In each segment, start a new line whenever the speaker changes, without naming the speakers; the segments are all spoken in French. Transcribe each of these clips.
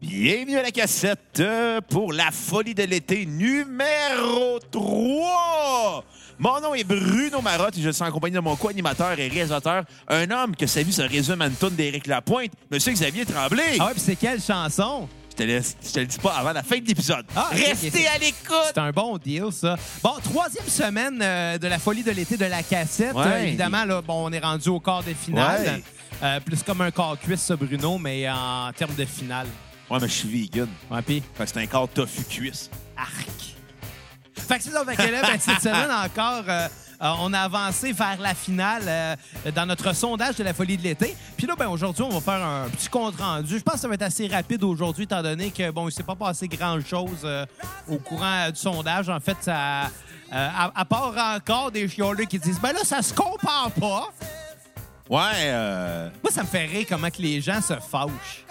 Bienvenue à la cassette euh, pour la folie de l'été numéro 3. Mon nom est Bruno Marotte et je suis en compagnie de mon co-animateur et réalisateur, un homme que sa vie se résume à une tonne d'Éric Lapointe, Monsieur Xavier Tremblay.
Ah ouais, puis c'est quelle chanson?
Je te laisse, je te le dis pas avant la fin de l'épisode.
Ah, ok, ok,
Restez
c'est-
à l'écoute.
C'est un bon deal, ça. Bon, troisième semaine euh, de la folie de l'été de la cassette.
Ouais.
Euh, évidemment, là, bon, on est rendu au quart de finale.
Ouais.
Euh, plus comme un quart cuisse, ça, Bruno, mais en termes de finale.
Ouais, mais je suis vegan.
Ouais, puis
Fait que c'est un corps tofu cuisse.
arc. Fait que c'est ça, fait que là, ben, cette semaine encore, euh, euh, on a avancé vers la finale euh, dans notre sondage de la folie de l'été. Puis là, ben, aujourd'hui, on va faire un petit compte-rendu. Je pense que ça va être assez rapide aujourd'hui, étant donné que, bon, il s'est pas passé grand-chose euh, au courant euh, du sondage. En fait, ça... euh, à, à part encore des chioleux qui disent « Ben là, ça se compare pas!
Ouais, euh, »
Moi, ça me fait rire comment que les gens se fâchent.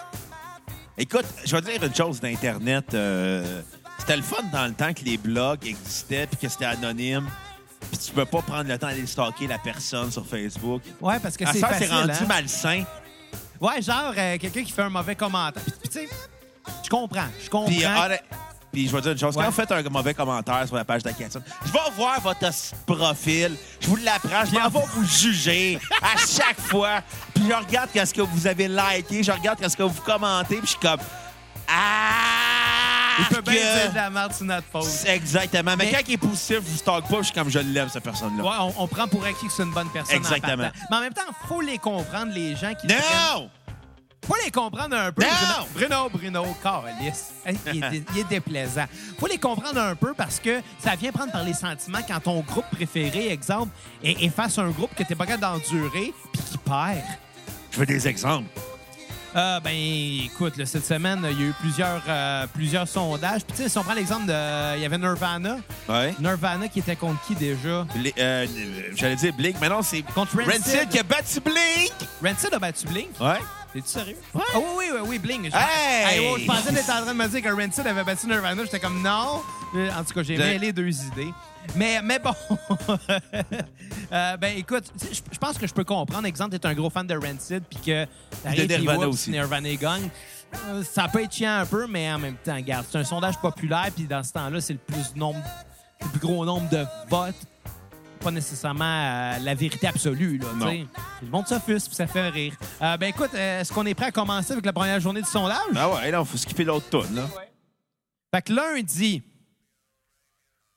Écoute, je vais te dire une chose d'Internet. euh, c'était le fun dans le temps que les blogs existaient puis que c'était anonyme. Puis tu peux pas prendre le temps d'aller stalker la personne sur Facebook.
Ouais, parce que
À
c'est
Ah, ça,
facile,
c'est rendu
hein?
malsain.
Ouais, genre, euh, quelqu'un qui fait un mauvais commentaire. Puis, puis, tu sais, je comprends. Je comprends.
Puis, ah, honnêt- puis je vais te dire une chose.
Ouais.
Quand vous faites un mauvais commentaire sur la page de la Cassette, je vais voir votre s- profil. Je vous l'apprends. Je m'en vais vous juger à chaque fois. Puis je regarde qu'est-ce que vous avez liké. Je regarde qu'est-ce que vous commentez. Puis je suis comme... Ah!
Il peut bien
que-
dire de la merde sur notre faute.
C'est Exactement. Mais,
Mais-
quand il est positif, je vous stalk pas, je suis comme je l'aime, cette personne-là.
Ouais, on, on prend pour acquis que c'est une bonne personne. en
Exactement.
partant. Mais en même temps, faut les comprendre, les gens qui. prennent-
Non!
Faut les comprendre un peu.
Non!
Bruno, Bruno, Bruno, Carlis. Hey, Il, est dé- il est déplaisant. Faut les comprendre un peu parce que ça vient prendre par les sentiments quand ton groupe préféré, exemple, est, est face à un groupe que t'es pas capable d'endurer puis qui perd.
Je veux des exemples.
Ah, ben, écoute, là, cette semaine, il y a eu plusieurs, euh, plusieurs sondages. Puis, tu sais, si on prend l'exemple de. Il y avait Nirvana.
Ouais.
Nirvana qui était contre qui déjà?
Les- euh, euh, J'allais dire Blink, mais non, c'est
Contre Rancid.
Rancid qui a battu Blink!
Rancid a battu Blink.
Ouais.
T'es-tu sérieux? Ah oui, oui, oui, oui, Bling. Je,
Hey!
Hey, oh, je pensais d'être en train de me dire que Rancid avait battu Nirvana. J'étais comme, non. Euh, En tout cas, j'ai
De-
mêlé deux idées. Mais, mais bon. Euh, ben, écoute, tu sais, je je pense que je peux comprendre. Exemple, t'es un gros fan de Rancid, puis que t'arrives, puis
Nirvana
whoops,
aussi.
Nirvana gagne. Euh, Ça peut être chiant un peu, mais en même temps, regarde, c'est un sondage populaire, puis dans ce temps-là, c'est le plus nombre, le plus gros nombre de votes. Pas nécessairement euh, la vérité absolue, là, tu
Non.
sais. Le monde s'offusque, puis ça fait rire. Euh, ben écoute, euh, est-ce qu'on est prêt à commencer avec la première journée du sondage?
Ah ouais, là, faut skipper l'autre toune, là.
Fait que lundi,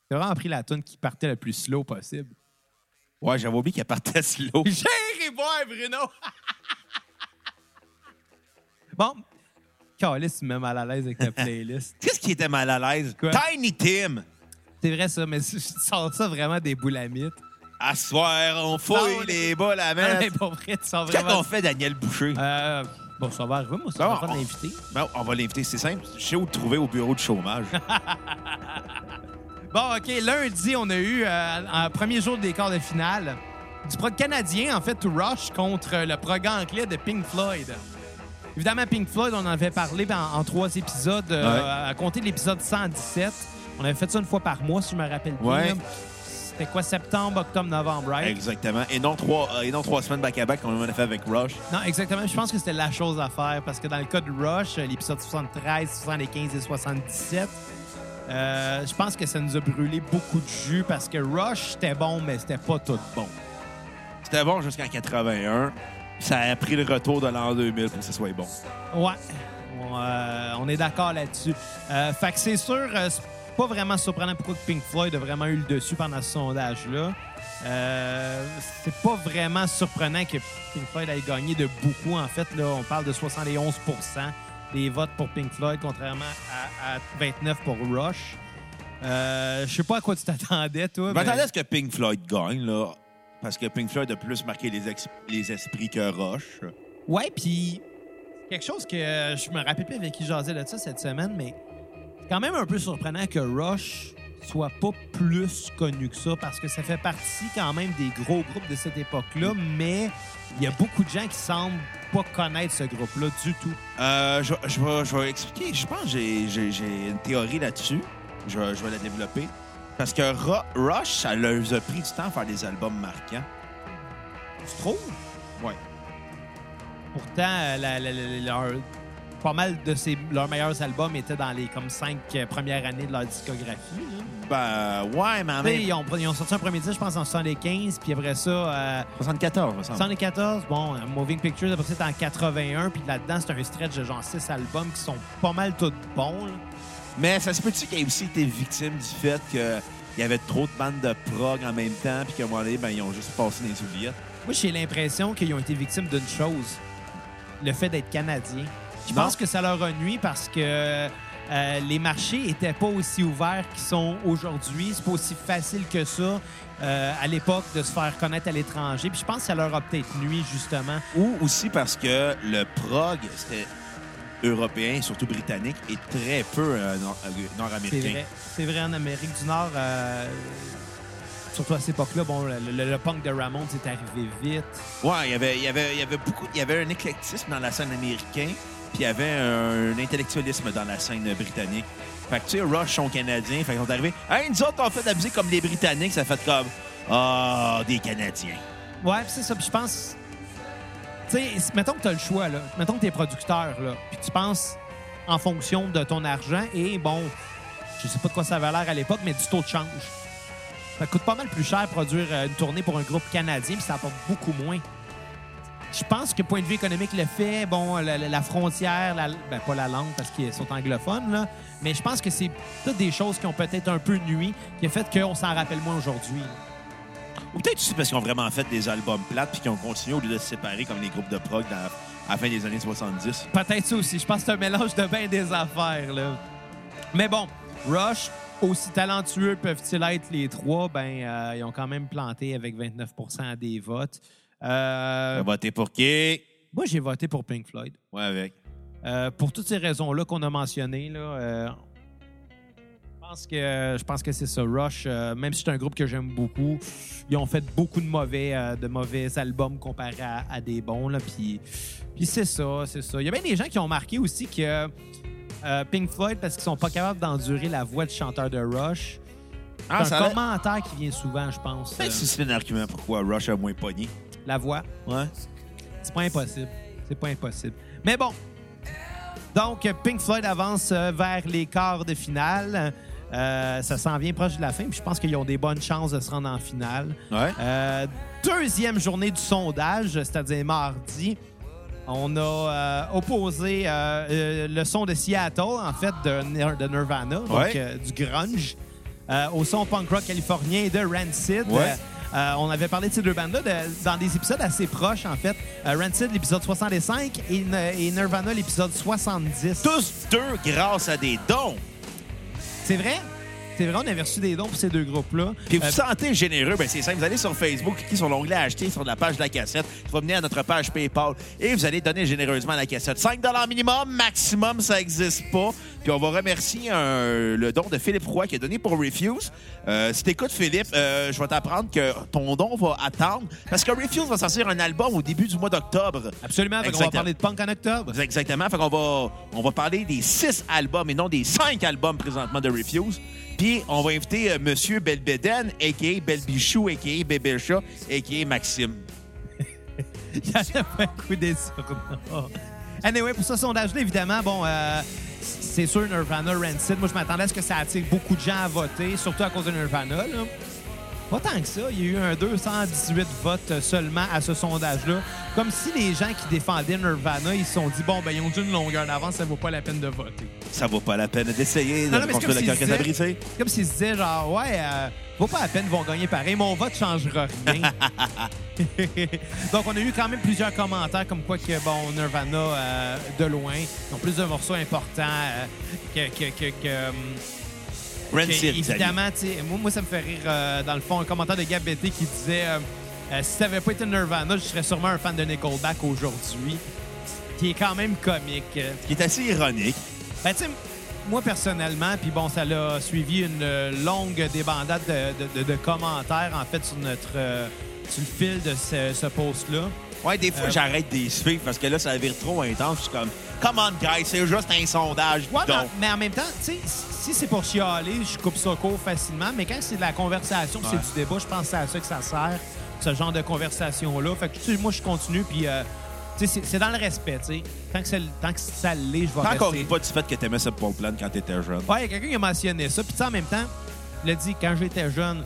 j'ai vraiment pris la tune qui partait le plus slow possible.
Ouais, j'avais oublié qu'elle partait slow.
J'ai ri voir, Bruno! bon, Calis, tu me mets mal à l'aise avec ta playlist.
Qu'est-ce qui était mal à l'aise?
Quoi?
Tiny Tim!
C'est vrai ça, mais je sors ça vraiment des boulamites.
À ce soir, on fouille
Non,
les bas, la
Non, mais
merde.
pas vrai, tu sors
Qu'est-ce qu'on
vraiment...
fait, Daniel Boucher?
Euh, bon, ça va arriver, moi, ça
Non,
va pas
on-
l'inviter.
Ben, on va l'inviter, c'est simple. Je sais où le trouver au bureau de chômage.
Bon, OK, lundi, on a eu euh, un premier jour des quarts de finale du prog canadien, en fait, Rush contre le prog anglais de Pink Floyd. Évidemment, Pink Floyd, on en avait parlé en, en trois épisodes, euh, à compter de l'épisode 117. On avait fait ça une fois par mois, si je me rappelle bien.
Ouais.
C'était quoi, septembre, octobre, novembre, right?
Exactement. Et non trois, euh, et non trois semaines back-à-back comme on a fait avec Rush.
Non, exactement. Je pense que c'était la chose à faire parce que dans le cas de Rush, euh, l'épisode 73, 75 et 77, euh, je pense que ça nous a brûlé beaucoup de jus parce que Rush, c'était bon, mais c'était pas tout bon.
C'était bon jusqu'en 81. Ça a pris le retour de l'an 2000 pour que ce soit bon.
Ouais. On, euh, on est d'accord là-dessus. Euh, fait que c'est sûr, euh, c'est pas vraiment surprenant pourquoi que Pink Floyd a vraiment eu le dessus pendant ce sondage-là. Euh, c'est pas vraiment surprenant que Pink Floyd ait gagné de beaucoup. En fait, là, on parle de 71 des votes pour Pink Floyd, contrairement à, à 29 pour Rush. Euh, Je sais pas à quoi tu t'attendais, toi.
Je m'attendais à ce que Pink Floyd gagne, là. Parce que Pink Floyd a plus marqué les, ex- les esprits que Rush.
Ouais, puis quelque chose que euh, je me rappelle plus avec qui jasais de ça cette semaine, mais c'est quand même un peu surprenant que Rush soit pas plus connu que ça parce que ça fait partie quand même des gros groupes de cette époque-là, mais il y a beaucoup de gens qui semblent pas connaître ce groupe-là du tout.
Euh, je, je vais, je vais expliquer. Je pense que j'ai- j'ai j'ai une théorie là-dessus. Je, vais- je vais la développer. Parce que Ru- Rush, ça leur a pris du temps à faire des albums marquants.
Tu trouves?
Ouais.
Pourtant, euh, la- la- la- leur- pas mal de ses, leurs meilleurs albums étaient dans les comme cinq euh, premières années de leur discographie. là.
Ben, ouais, mais en
Tu sais,
même
Ils ont, ils ont sorti un premier disque, je pense, en 75, puis après ça, euh,
Ah. 74, me semble.
74, bon, euh, Moving Pictures, après ça, c'est en 81, puis là-dedans, c'est un stretch de genre 6 albums qui sont pas mal tous bons. là.
Mais ça se peut-tu qu'il ait aussi été victime du fait qu'il y avait trop de bandes de prog en même temps, puis qu'à un moment donné, ben, ils ont juste passé des oubliettes.
Moi, j'ai l'impression qu'ils ont été victimes d'une chose le fait d'être Canadiens. Je
Non.
pense que ça leur a nuit parce que euh, les marchés étaient pas aussi ouverts qu'ils sont aujourd'hui. C'est pas aussi facile que ça euh, à l'époque de se faire connaître à l'étranger. Puis je pense que ça leur a peut-être nuit, justement.
Ou aussi parce que le prog, c'était européen, surtout britannique, et très peu euh, nord- euh,
C'est
nord-américain.
vrai. C'est vrai, en Amérique du Nord, euh, surtout à cette époque-là, bon, le, le- le punk de Ramones est arrivé vite.
Ouais, il y avait, il y avait, il y avait beaucoup, il y avait un éclectisme dans la scène américaine, puis il y avait un, intellectualisme dans la scène britannique. Fait que tu sais, Rush sont canadiens, fait qu'ils sont arrivés. Hey, nous autres, on fait de la musique comme les Britanniques, ça fait comme ah des Canadiens.
Ouais, pis c'est ça. Puis je pense. Tu sais, si- mettons que tu as le choix, là. Mettons que tu es producteur, là. Puis tu penses en fonction de ton argent et, bon, je sais pas de quoi ça avait l'air à l'époque, mais du taux de change. Ça coûte pas mal plus cher produire euh, une tournée pour un groupe canadien, puis ça apporte beaucoup moins. Je pense que, point de vue économique, le fait, bon, la, la- la frontière, la, ben, pas la langue parce qu'ils sont anglophones, là, mais je pense que c'est toutes des choses qui ont peut-être un peu nuit, qui a fait qu'on s'en rappelle moins aujourd'hui.
Ou peut-être aussi parce qu'ils ont vraiment fait des albums plates, puis qu'ils ont continué au lieu de se séparer comme les groupes de prog dans, à la fin des années 70.
Peut-être ça aussi. Je pense que c'est un mélange de bien des affaires, là. Mais bon, Rush, aussi talentueux peuvent-ils être les trois, ben, euh, ils ont quand même planté avec 29 des votes. Euh,
T'as voté pour qui?
Moi, j'ai voté pour Pink Floyd.
Ouais, avec.
Euh, pour toutes ces raisons-là qu'on a mentionnées, là, euh, je pense que, je pense que c'est ça. Rush, euh, même si c'est un groupe que j'aime beaucoup, ils ont fait beaucoup de mauvais, euh, de mauvais albums comparés à, à des bons. Là, puis, puis c'est ça, c'est ça. Il y a bien des gens qui ont marqué aussi que euh, Pink Floyd, parce qu'ils sont pas capables d'endurer la voix du chanteur de Rush,
Ah,
c'est
ça
un
a l'air-
commentaire qui vient souvent, je pense.
Peut-être que
euh,
c'est un argument pourquoi Rush a moins pogné.
la voix.
Ouais.
C'est pas impossible. C'est pas impossible. Mais bon. Donc, Pink Floyd avance euh, vers les quarts de finale. Euh, ça s'en vient proche de la fin, puis je pense qu'ils ont des bonnes chances de se rendre en finale.
Ouais.
Euh, deuxième journée du sondage, c'est-à-dire mardi. On a euh, opposé euh, euh, le son de Seattle, en fait, de, Nir- de Nirvana, donc
Ouais.
euh, du grunge, euh, au son punk rock californien de Rancid.
Ouais.
Euh, euh, on avait parlé de ces deux bandes-là de- dans des épisodes assez proches, en fait. Euh, Rancid, l'épisode 65, et, N- et Nirvana, l'épisode 70.
Tous deux grâce à des dons.
C'est vrai? C'est vrai, on avait reçu des dons pour ces deux groupes-là.
Puis vous
Euh,
vous sentez généreux, ben c'est simple. Vous allez sur Facebook, cliquez sur l'onglet Acheter sur la page de la cassette. Vous venir à notre page PayPal et vous allez donner généreusement à la cassette. 5 minimum, maximum, ça n'existe pas. Puis on va remercier euh, le don de Philippe Roy qui a donné pour Refuse. Euh, si t'écoutes, Philippe, euh, je vais t'apprendre que ton don va attendre parce que Refuse va sortir un album au début du mois d'octobre.
absolument, on va
Exactement.
parler de punk en octobre.
Exactement. Fait qu'on va, on va parler des six albums et non des cinq albums présentement de Refuse. Puis on va inviter euh, Monsieur Belbeden, a.k.a. Belbichou, a.k.a. Bébécha, a.k.a. Maxime.
Il y en a beaucoup des surnoms. Anyway, pour ce sondage-là, évidemment, bon, euh, c'est sûr Nirvana, Rancid. Moi, je m'attendais à ce que ça attire beaucoup de gens à voter, surtout à cause de Nirvana. là. Pas tant que ça. Il y a eu un 218 votes seulement à ce sondage-là. Comme si les gens qui défendaient Nirvana, ils se sont dit, bon, ben, ils ont dû une longueur d'avance, ça vaut pas la peine de voter.
Ça vaut pas la peine d'essayer de
Non, non, mais c'est
construire le cœur
comme s'ils
que ça brise,
disaient-
tu sais.
C'est comme s'ils se disaient, genre, ouais, euh, vaut pas la peine, ils vont gagner pareil, mon vote changera rien. Donc, on a eu quand même plusieurs commentaires comme quoi que, bon, Nirvana, euh, de loin, ils ont plus de morceaux importants euh, que. que, que, que, hum,
Rancid,
que,
salut.
évidemment, tu sais, moi, moi, ça me fait rire, euh, dans le fond, un commentaire de Gab Bété qui disait euh, Euh, Si ça n'avait pas été Nirvana, je serais sûrement un fan de Nickelback aujourd'hui. » Qui est quand même comique. Euh,
Qui est assez ironique.
ben, tu sais, moi, personnellement, puis bon, ça l'a suivi une euh, longue débandade de, de- de- de commentaires, en fait, sur notre... euh, sur le fil de ce, ce post-là.
Ouais, des fois,
Euh,
j'arrête de les suivre parce que là, ça vire trop intense. Je suis comme, come on, guys, c'est juste un sondage.
Ouais, mais en-
donc.
mais en même temps, tu sais, si c'est pour chialer, je coupe ça court facilement, mais quand c'est de la conversation,
Ouais.
c'est du débat, je pense que c'est à ça que ça sert, ce genre de conversation-là. Fait que, tu sais, moi, je continue, puis... euh, tu Tu sais, c'est c'est dans le respect, tu sais. Tant que ça, tant que ça l'est, je vais
Tant qu'on
rester.
rit pas du fait que t'aimais Sub Pole Plan quand t'étais jeune.
Ouais, il y a quelqu'un qui a mentionné ça. Puis tu sais, en même temps, il a dit quand j'étais jeune,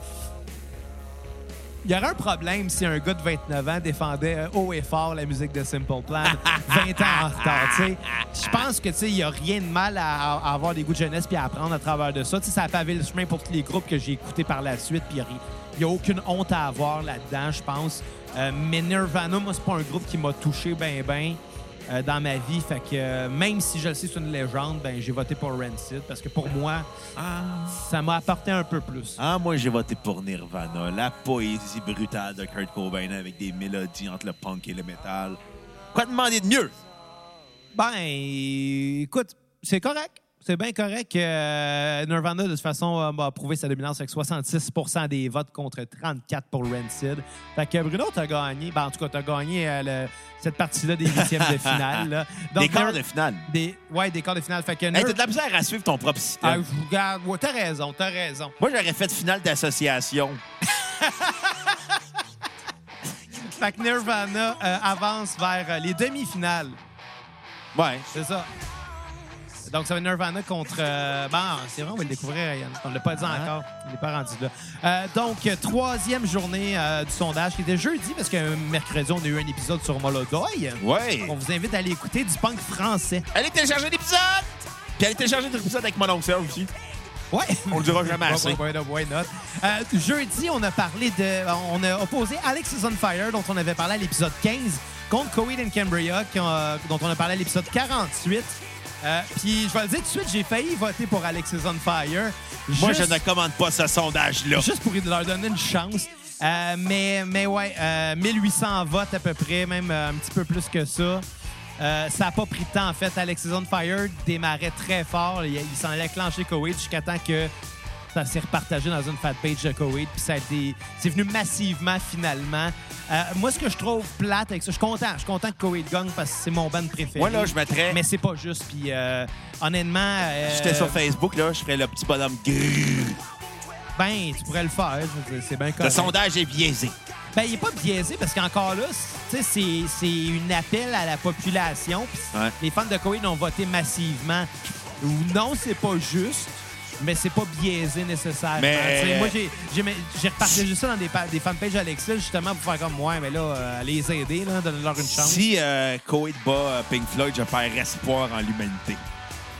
il y aurait un problème si un gars de 29 ans défendait euh, haut et fort la musique de Simple Plan 20 ans en retard. tu sais. Je pense que tu sais, il n'y a rien de mal à, à avoir des goûts de jeunesse puis à apprendre à travers de ça. Tu sais, ça a pavé le chemin pour tous les groupes que j'ai écoutés par la suite. Puis il y a ri- il n'y a, aucune honte à avoir là-dedans, je pense. Euh, mais Nirvana, moi, c'est pas un groupe qui m'a touché ben ben euh, dans ma vie. Fait que euh, même si je le sais, c'est une légende, ben j'ai voté pour Rancid parce que pour moi,
Ah.
ça m'a apporté un peu plus.
Ah, moi, j'ai voté pour Nirvana. La poésie brutale de Kurt Cobain avec des mélodies entre le punk et le métal. Quoi demander de mieux?
Ben, écoute, c'est correct. C'est bien correct. Euh, Nirvana, de toute façon, euh, a prouvé sa dominance avec 66 des votes contre 34 pour Rancid. Fait que Bruno, t'as gagné. Ben, en tout cas, t'as gagné euh, le- cette partie-là des huitièmes de finale. là.
des quarts de
dans-
finale.
des- Ouais, des quarts de finale. Fait que
Hey,
Nir-
t'as de la misère à suivre ton propre système.
Ah, je regarde. Ouais, t'as raison, t'as raison.
Moi, j'aurais fait finale d'association.
Fait que Nirvana euh, avance vers euh, les demi-finales.
Ouais.
C'est ça. Donc, ça va être Nirvana contre. euh, ben, c'est vrai, on va le découvrir, Ryan. On l'a pas dit
Ah.
encore. Il n'est pas rendu là. Euh, donc, euh, troisième journée euh, du sondage qui était jeudi, parce que euh, mercredi, on a eu un épisode sur Molodoy.
Ouais.
On vous invite à aller écouter du punk français.
Allez télécharger l'épisode! Puis allez télécharger notre épisode avec mon oncle Serge aussi.
Ouais.
On le dira jamais
Ouais,
assez.
ouais, ouais, why not? Euh, jeudi, on a parlé de. On a opposé Alex is on Fire, dont on avait parlé à l'épisode 15, contre Coheed and Cambria, qui ont, euh, dont on a parlé à l'épisode 48. Euh, Puis, je vais le dire tout de suite, j'ai failli voter pour Alex is on Fire.
Moi,
juste,
je ne commande pas ce sondage-là.
Juste pour leur donner une chance. Euh, mais, mais ouais, euh, 1800 votes à peu près, même euh, un petit peu plus que ça. Euh, ça n'a pas pris de temps, en fait. Alex is on Fire démarrait très fort. Il, il s'en allait clencher Koweït jusqu'à temps que ça s'est repartagé dans une fat page de Koweït. Puis ça a été- c'est venu massivement, finalement. Euh, moi, ce que je trouve plate avec ça, je suis content. Je suis content que Koweït gagne parce que c'est mon band préféré.
Moi, là, je mettrais.
Mais c'est pas juste. Puis euh, honnêtement. euh,
Si j'étais sur Facebook, là, je ferais le petit bonhomme grrr.
Ben, tu pourrais le faire. Je veux dire, C'est bien
Le
correct.
sondage est biaisé.
Ben, il n'est pas biaisé parce qu'encore là, c- tu sais, c'est- c'est un appel à la population. Puis c-
Ouais.
Les fans de Coheed ont voté massivement. Ou Non, c'est pas juste, mais c'est pas biaisé nécessairement.
Mais-
Tu sais, Moi, j'ai- j'ai mais- j'ai repartagé ça dans des, pa- des fanpages Alexa justement pour faire comme ouais, mais là, euh, allez les aider, là, donnez-leur une chance.
Si euh, Coed bat euh, Pink Floyd, je perds espoir en l'humanité.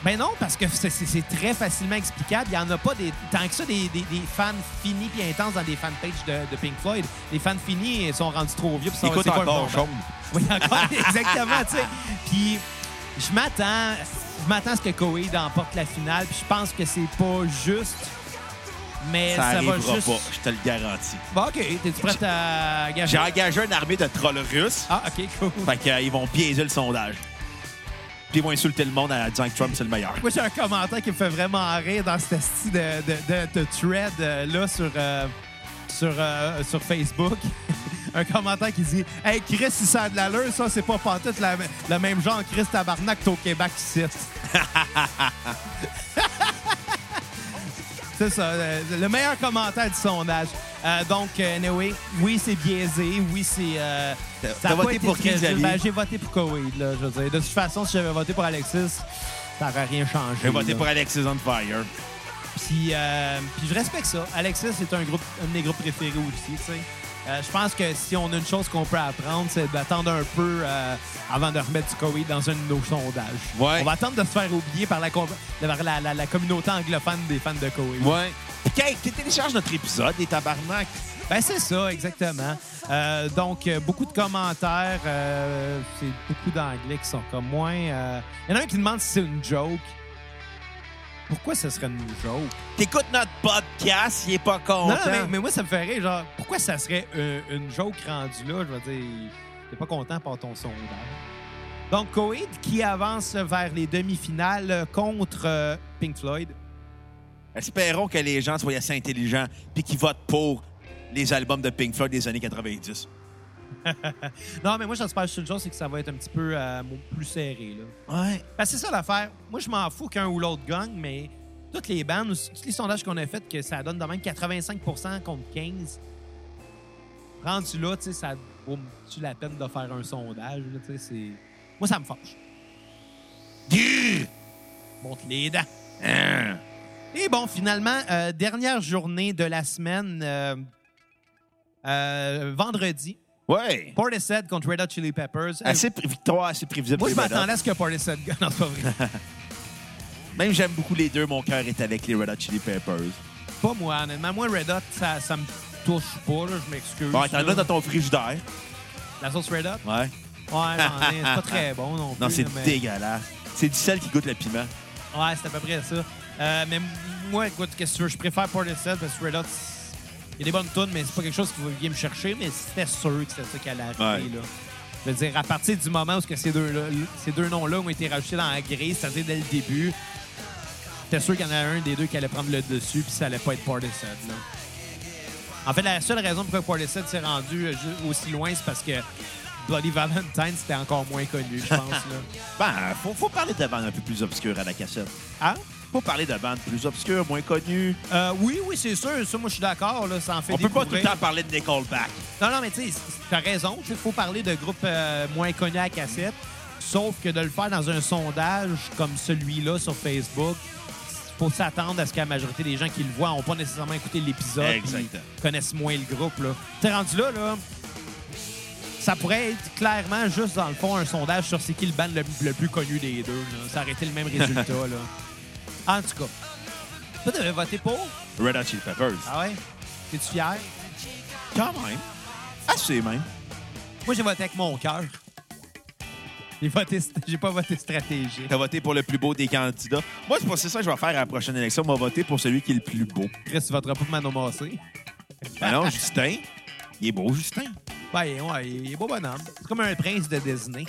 Ben non, parce que c'est- c'est c'est très facilement explicable. Il n'y en a pas des, tant que ça des, des- des fans finis puis intenses dans des fanpages de, de Pink Floyd. Les fans finis ils sont rendus trop vieux. puis sont-
Écoute
c'est pas un
encore,
bon
Sean.
Oui, encore, exactement, tu sais. Puis je m'attends, je m'attends à ce que Koweïd emporte la finale, puis je pense que c'est pas juste, mais
Ça
ça, va
arrivera
juste...
pas, je te le garantis.
Bon, OK, t'es-tu prête à
J'ai
gager?
engagé une armée de trolls russes,
Ah, OK, cool.
fait qu'ils vont biaiser le sondage. Puis ils vont insulter le monde en disant que Trump, c'est le meilleur.
Moi, j'ai un commentaire qui me fait vraiment rire dans cette style de, de, de, de thread euh, là sur, euh, sur, euh, sur Facebook. un commentaire qui dit Hey, Chris, il sent de l'allure, ça, c'est pas pantoute la- le même genre Chris Tabarnak t'es au Québec ici. c'est ça, euh, le meilleur commentaire du sondage. Euh, donc, euh, anyway, oui, c'est biaisé, oui, c'est. euh,
T'as-
ça
t'as
a pas
voté
été
pour qui,
très-
Xavier?
Ben, j'ai voté pour Koweïd, là, je veux dire. De toute façon, si j'avais voté pour Alexis, ça n'aurait rien changé.
J'ai voté
là.
pour Alexis on Fire.
Puis, euh, puis je respecte ça. Alexis, c'est un, groupe, un de mes groupes préférés aussi, tu sais. Euh, je pense que si on a une chose qu'on peut apprendre, c'est d'attendre un peu euh, avant de remettre du Koweïd dans un de nos sondages.
Ouais.
On va attendre de se faire oublier par la, com- par la, la- la communauté anglophone des fans de Koweïd.
Ouais. Puis quand tu télécharges notre épisode, des tabarnak.
Ben, c'est ça, exactement. Euh, donc, euh, beaucoup de commentaires. euh, c'est beaucoup d'anglais qui sont comme moins. euh, Il y en a un qui demande si c'est une joke. Pourquoi ce serait une joke?
T'écoutes notre podcast, il est pas content.
Non, non, mais, mais moi, ça me fait rire. Genre, pourquoi ça serait euh, une joke rendue là? Je veux dire, t'es pas content par ton sondage. Donc, Coed qui avance vers les demi-finales contre euh, Pink Floyd.
Espérons que les gens soient assez intelligents puis qu'ils votent pour les albums de Pink Floyd des années 90.
Non, mais moi, j'espère juste une chose, c'est que ça va être un petit peu euh, plus serré. Là.
Ouais.
Ben, c'est ça l'affaire. Moi, je m'en fous qu'un ou l'autre gagne, mais toutes les bandes, tous les sondages qu'on a fait, que ça donne de même 85 contre 15. Rendu là, tu sais, ça oh, tu la peine de faire un sondage. là, tu sais, c'est... Moi, ça me fâche.
Grrr!
Monte les dents.
Hein?
Et bon, finalement, euh, dernière journée de la semaine, euh, euh, vendredi,
Ouais.
Portishead contre Red Hot Chili Peppers. Euh,
Assez pré- victoire, assez prévisible.
moi, je
des Ah, Red Hot.
m'attendais à ce que Portishead gagne. Non, c'est pas vrai.
Même j'aime beaucoup les deux, mon cœur est avec les Red Hot Chili Peppers.
pas moi, honnêtement. Moi, Red Hot, ça, ça me touche pas, là, je m'excuse.
Bon, t'en
là.
as dans ton frigidaire.
La sauce Red Hot?
Ouais.
Ouais, j'en ai. c'est pas très bon non plus.
Non, c'est
là, mais-
dégueulasse. C'est du sel qui goûte le piment.
Ouais, c'est à peu près ça. Euh, mais moi, écoute, qu'est-ce que tu veux? Je préfère Portishead parce que Red Hot, c'est- il y a des bonnes tunes, mais c'est pas quelque chose qui va venir me chercher, mais c'était sûr que c'était ça qui allait arriver.
Ouais.
Là. Je veux dire, à partir du moment où ce que ces deux, ces deux noms-là ont été rajoutés dans la grille, c'est-à-dire dès le début, c'était sûr qu'il y en a un des deux qui allait prendre le dessus, puis ça allait pas être Portishead. Là. En fait, la seule raison pourquoi Portishead s'est rendu euh, ju- aussi loin, c'est parce que Bloody Valentine, c'était encore moins connu, je pense. là.
Ben, faut, faut parler de bandes un peu plus obscures à la cassette.
Hein?
Faut parler de bandes plus obscures, moins connues.
Euh, oui, oui, c'est sûr. Ça, moi, je suis d'accord. là, Ça en fait
On peut pas tout le
découvrir.
temps parler de Nickelback.
Non, non, mais tu sais, t'as raison. Il faut parler de groupes euh, moins connus à cassette. Sauf que de le faire dans un sondage comme celui-là sur Facebook, faut s'attendre à ce que la majorité des gens qui le voient n'ont pas nécessairement écouté l'épisode
Exact.
puis connaissent moins le groupe. là. T'es rendu là, là. Ça pourrait être clairement juste, dans le fond, un sondage sur c'est qui le band le, le plus connu des deux. là. Ça aurait été le même résultat. là. En tout cas, toi, t'avais voté pour?
Red Hot Chili Peppers.
Ah ouais? T'es-tu fier?
Quand même. Assez même.
Moi, j'ai voté avec mon cœur. J'ai voté, j'ai pas voté stratégie.
T'as voté pour le plus beau des candidats. Moi, c'est pas c'est ça que je vais faire à la prochaine élection. On va voter pour celui qui est le plus beau.
Chris, tu voteras pas pour Manon Massé.
Ben non, Justin. Il est beau, Justin.
Ben, ouais, il est beau bonhomme. C'est comme un prince de Disney.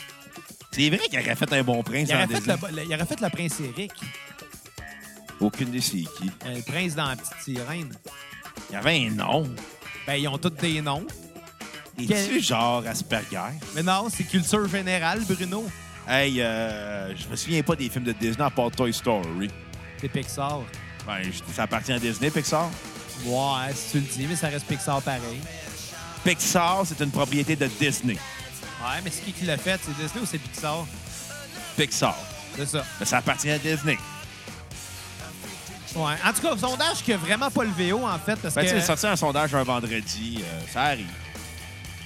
C'est vrai qu'il aurait fait un bon prince
Il aurait,
en
fait
Disney.
le, le- il aurait fait le prince Eric,
Aucune des c'est qui.
euh, le prince dans la petite sirène.
Il y avait un nom.
Ben, ils ont tous des noms.
Et
Quel-
tu genre Asperger?
Mais non, c'est culture générale, Bruno.
Hey, euh, je me souviens pas des films de Disney à part Toy Story.
C'est Pixar.
Ben, je- ça appartient à Disney, Pixar.
Ouais, si tu le dis, mais ça reste Pixar pareil.
Pixar, c'est une propriété de Disney.
Ouais, mais c'est qui qui l'a fait? C'est Disney ou c'est Pixar?
Pixar.
C'est ça.
Mais ça appartient à Disney.
Ouais. En tout cas, sondage qui a vraiment pas le VO, en fait, parce
Ben, tu
que...
sais, sorti un sondage un vendredi, euh, ça arrive.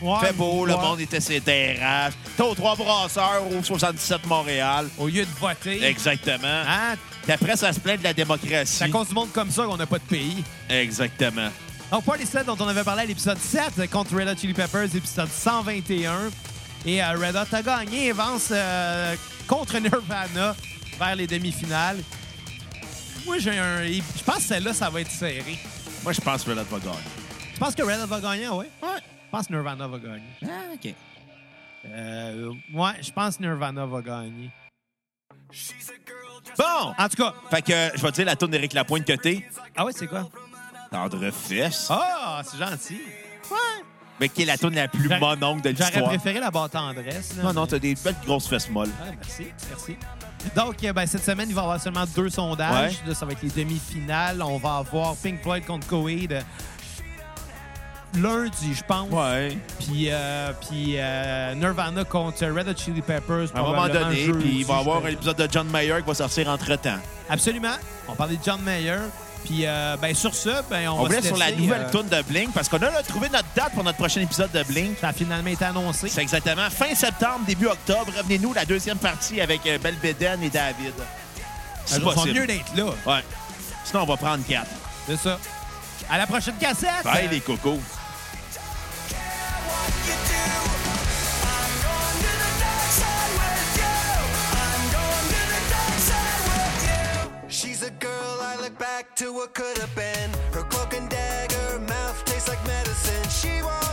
Ouais,
Fait beau, le
Ah, ouais.
monde était sur les terrasses. T'es aux trois brasseurs au 77 Montréal.
Au lieu de voter...
Exactement.
Hein?
T'es prêt à se plaindre de la
C'est à
démocratie.
cause du monde comme ça qu'on n'a pas de pays.
Exactement.
Donc, Party Set, dont on avait parlé à l'épisode 7 contre Red Hot Chili Peppers, épisode 121. Et euh, Red Hot a gagné et avance euh, contre Nirvana vers les demi-finales. Moi, j'ai un. Je pense que celle-là, ça va être serré.
Moi, je pense que Red Hot va gagner.
Je pense que Red Hot va gagner, ouais.
Ouais.
Je pense que Nirvana va gagner.
Ah, OK.
Euh, ouais, je pense que Nirvana va gagner.
Bon!
En tout cas,
Fait que euh, je vais te dire la tourne d'Éric Lapointe que t'es.
ah ouais, c'est quoi?
Tendre fesse.
Ah, c'est gentil.
Mais qui est la tourne la plus
J'aurais-
mononcle de
J'aurais
l'histoire.
préféré la barre tendresse. là,
Non, non,
mais-
t'as des belles grosses fesses molles.
Ah, merci, merci. Donc, euh, ben, cette semaine, il va y avoir seulement deux sondages.
Ouais.
Là, ça va être les demi-finales. On va avoir Pink Floyd contre Coheed euh, lundi, je pense.
Ouais.
Puis, euh, puis euh, Nirvana contre Red Hot Chili Peppers.
À un moment
probablement
donné,
jeudi,
puis il va y
je
avoir
pense.
un épisode de John Mayer qui va sortir entre-temps.
Absolument. On parlait de John Mayer. Puis, euh, ben, sur ce, ben, on,
On, vous
va se
laisse sur la
laisser,
nouvelle
euh,
tourne de Blink parce qu'on a là, trouvé notre date pour notre prochain épisode de Blink.
Ça a finalement été annoncé.
C'est exactement fin septembre, début octobre. Revenez-nous la deuxième partie avec euh, Belbeden et David. C'est
Alors, ils sont
possible.
mieux d'être là.
Ouais. Sinon, on va prendre quatre.
C'est ça. À la prochaine cassette!
Bye, les cocos.
She's a girl I look back to what could have been. Her cloak and dagger mouth tastes like medicine. She won't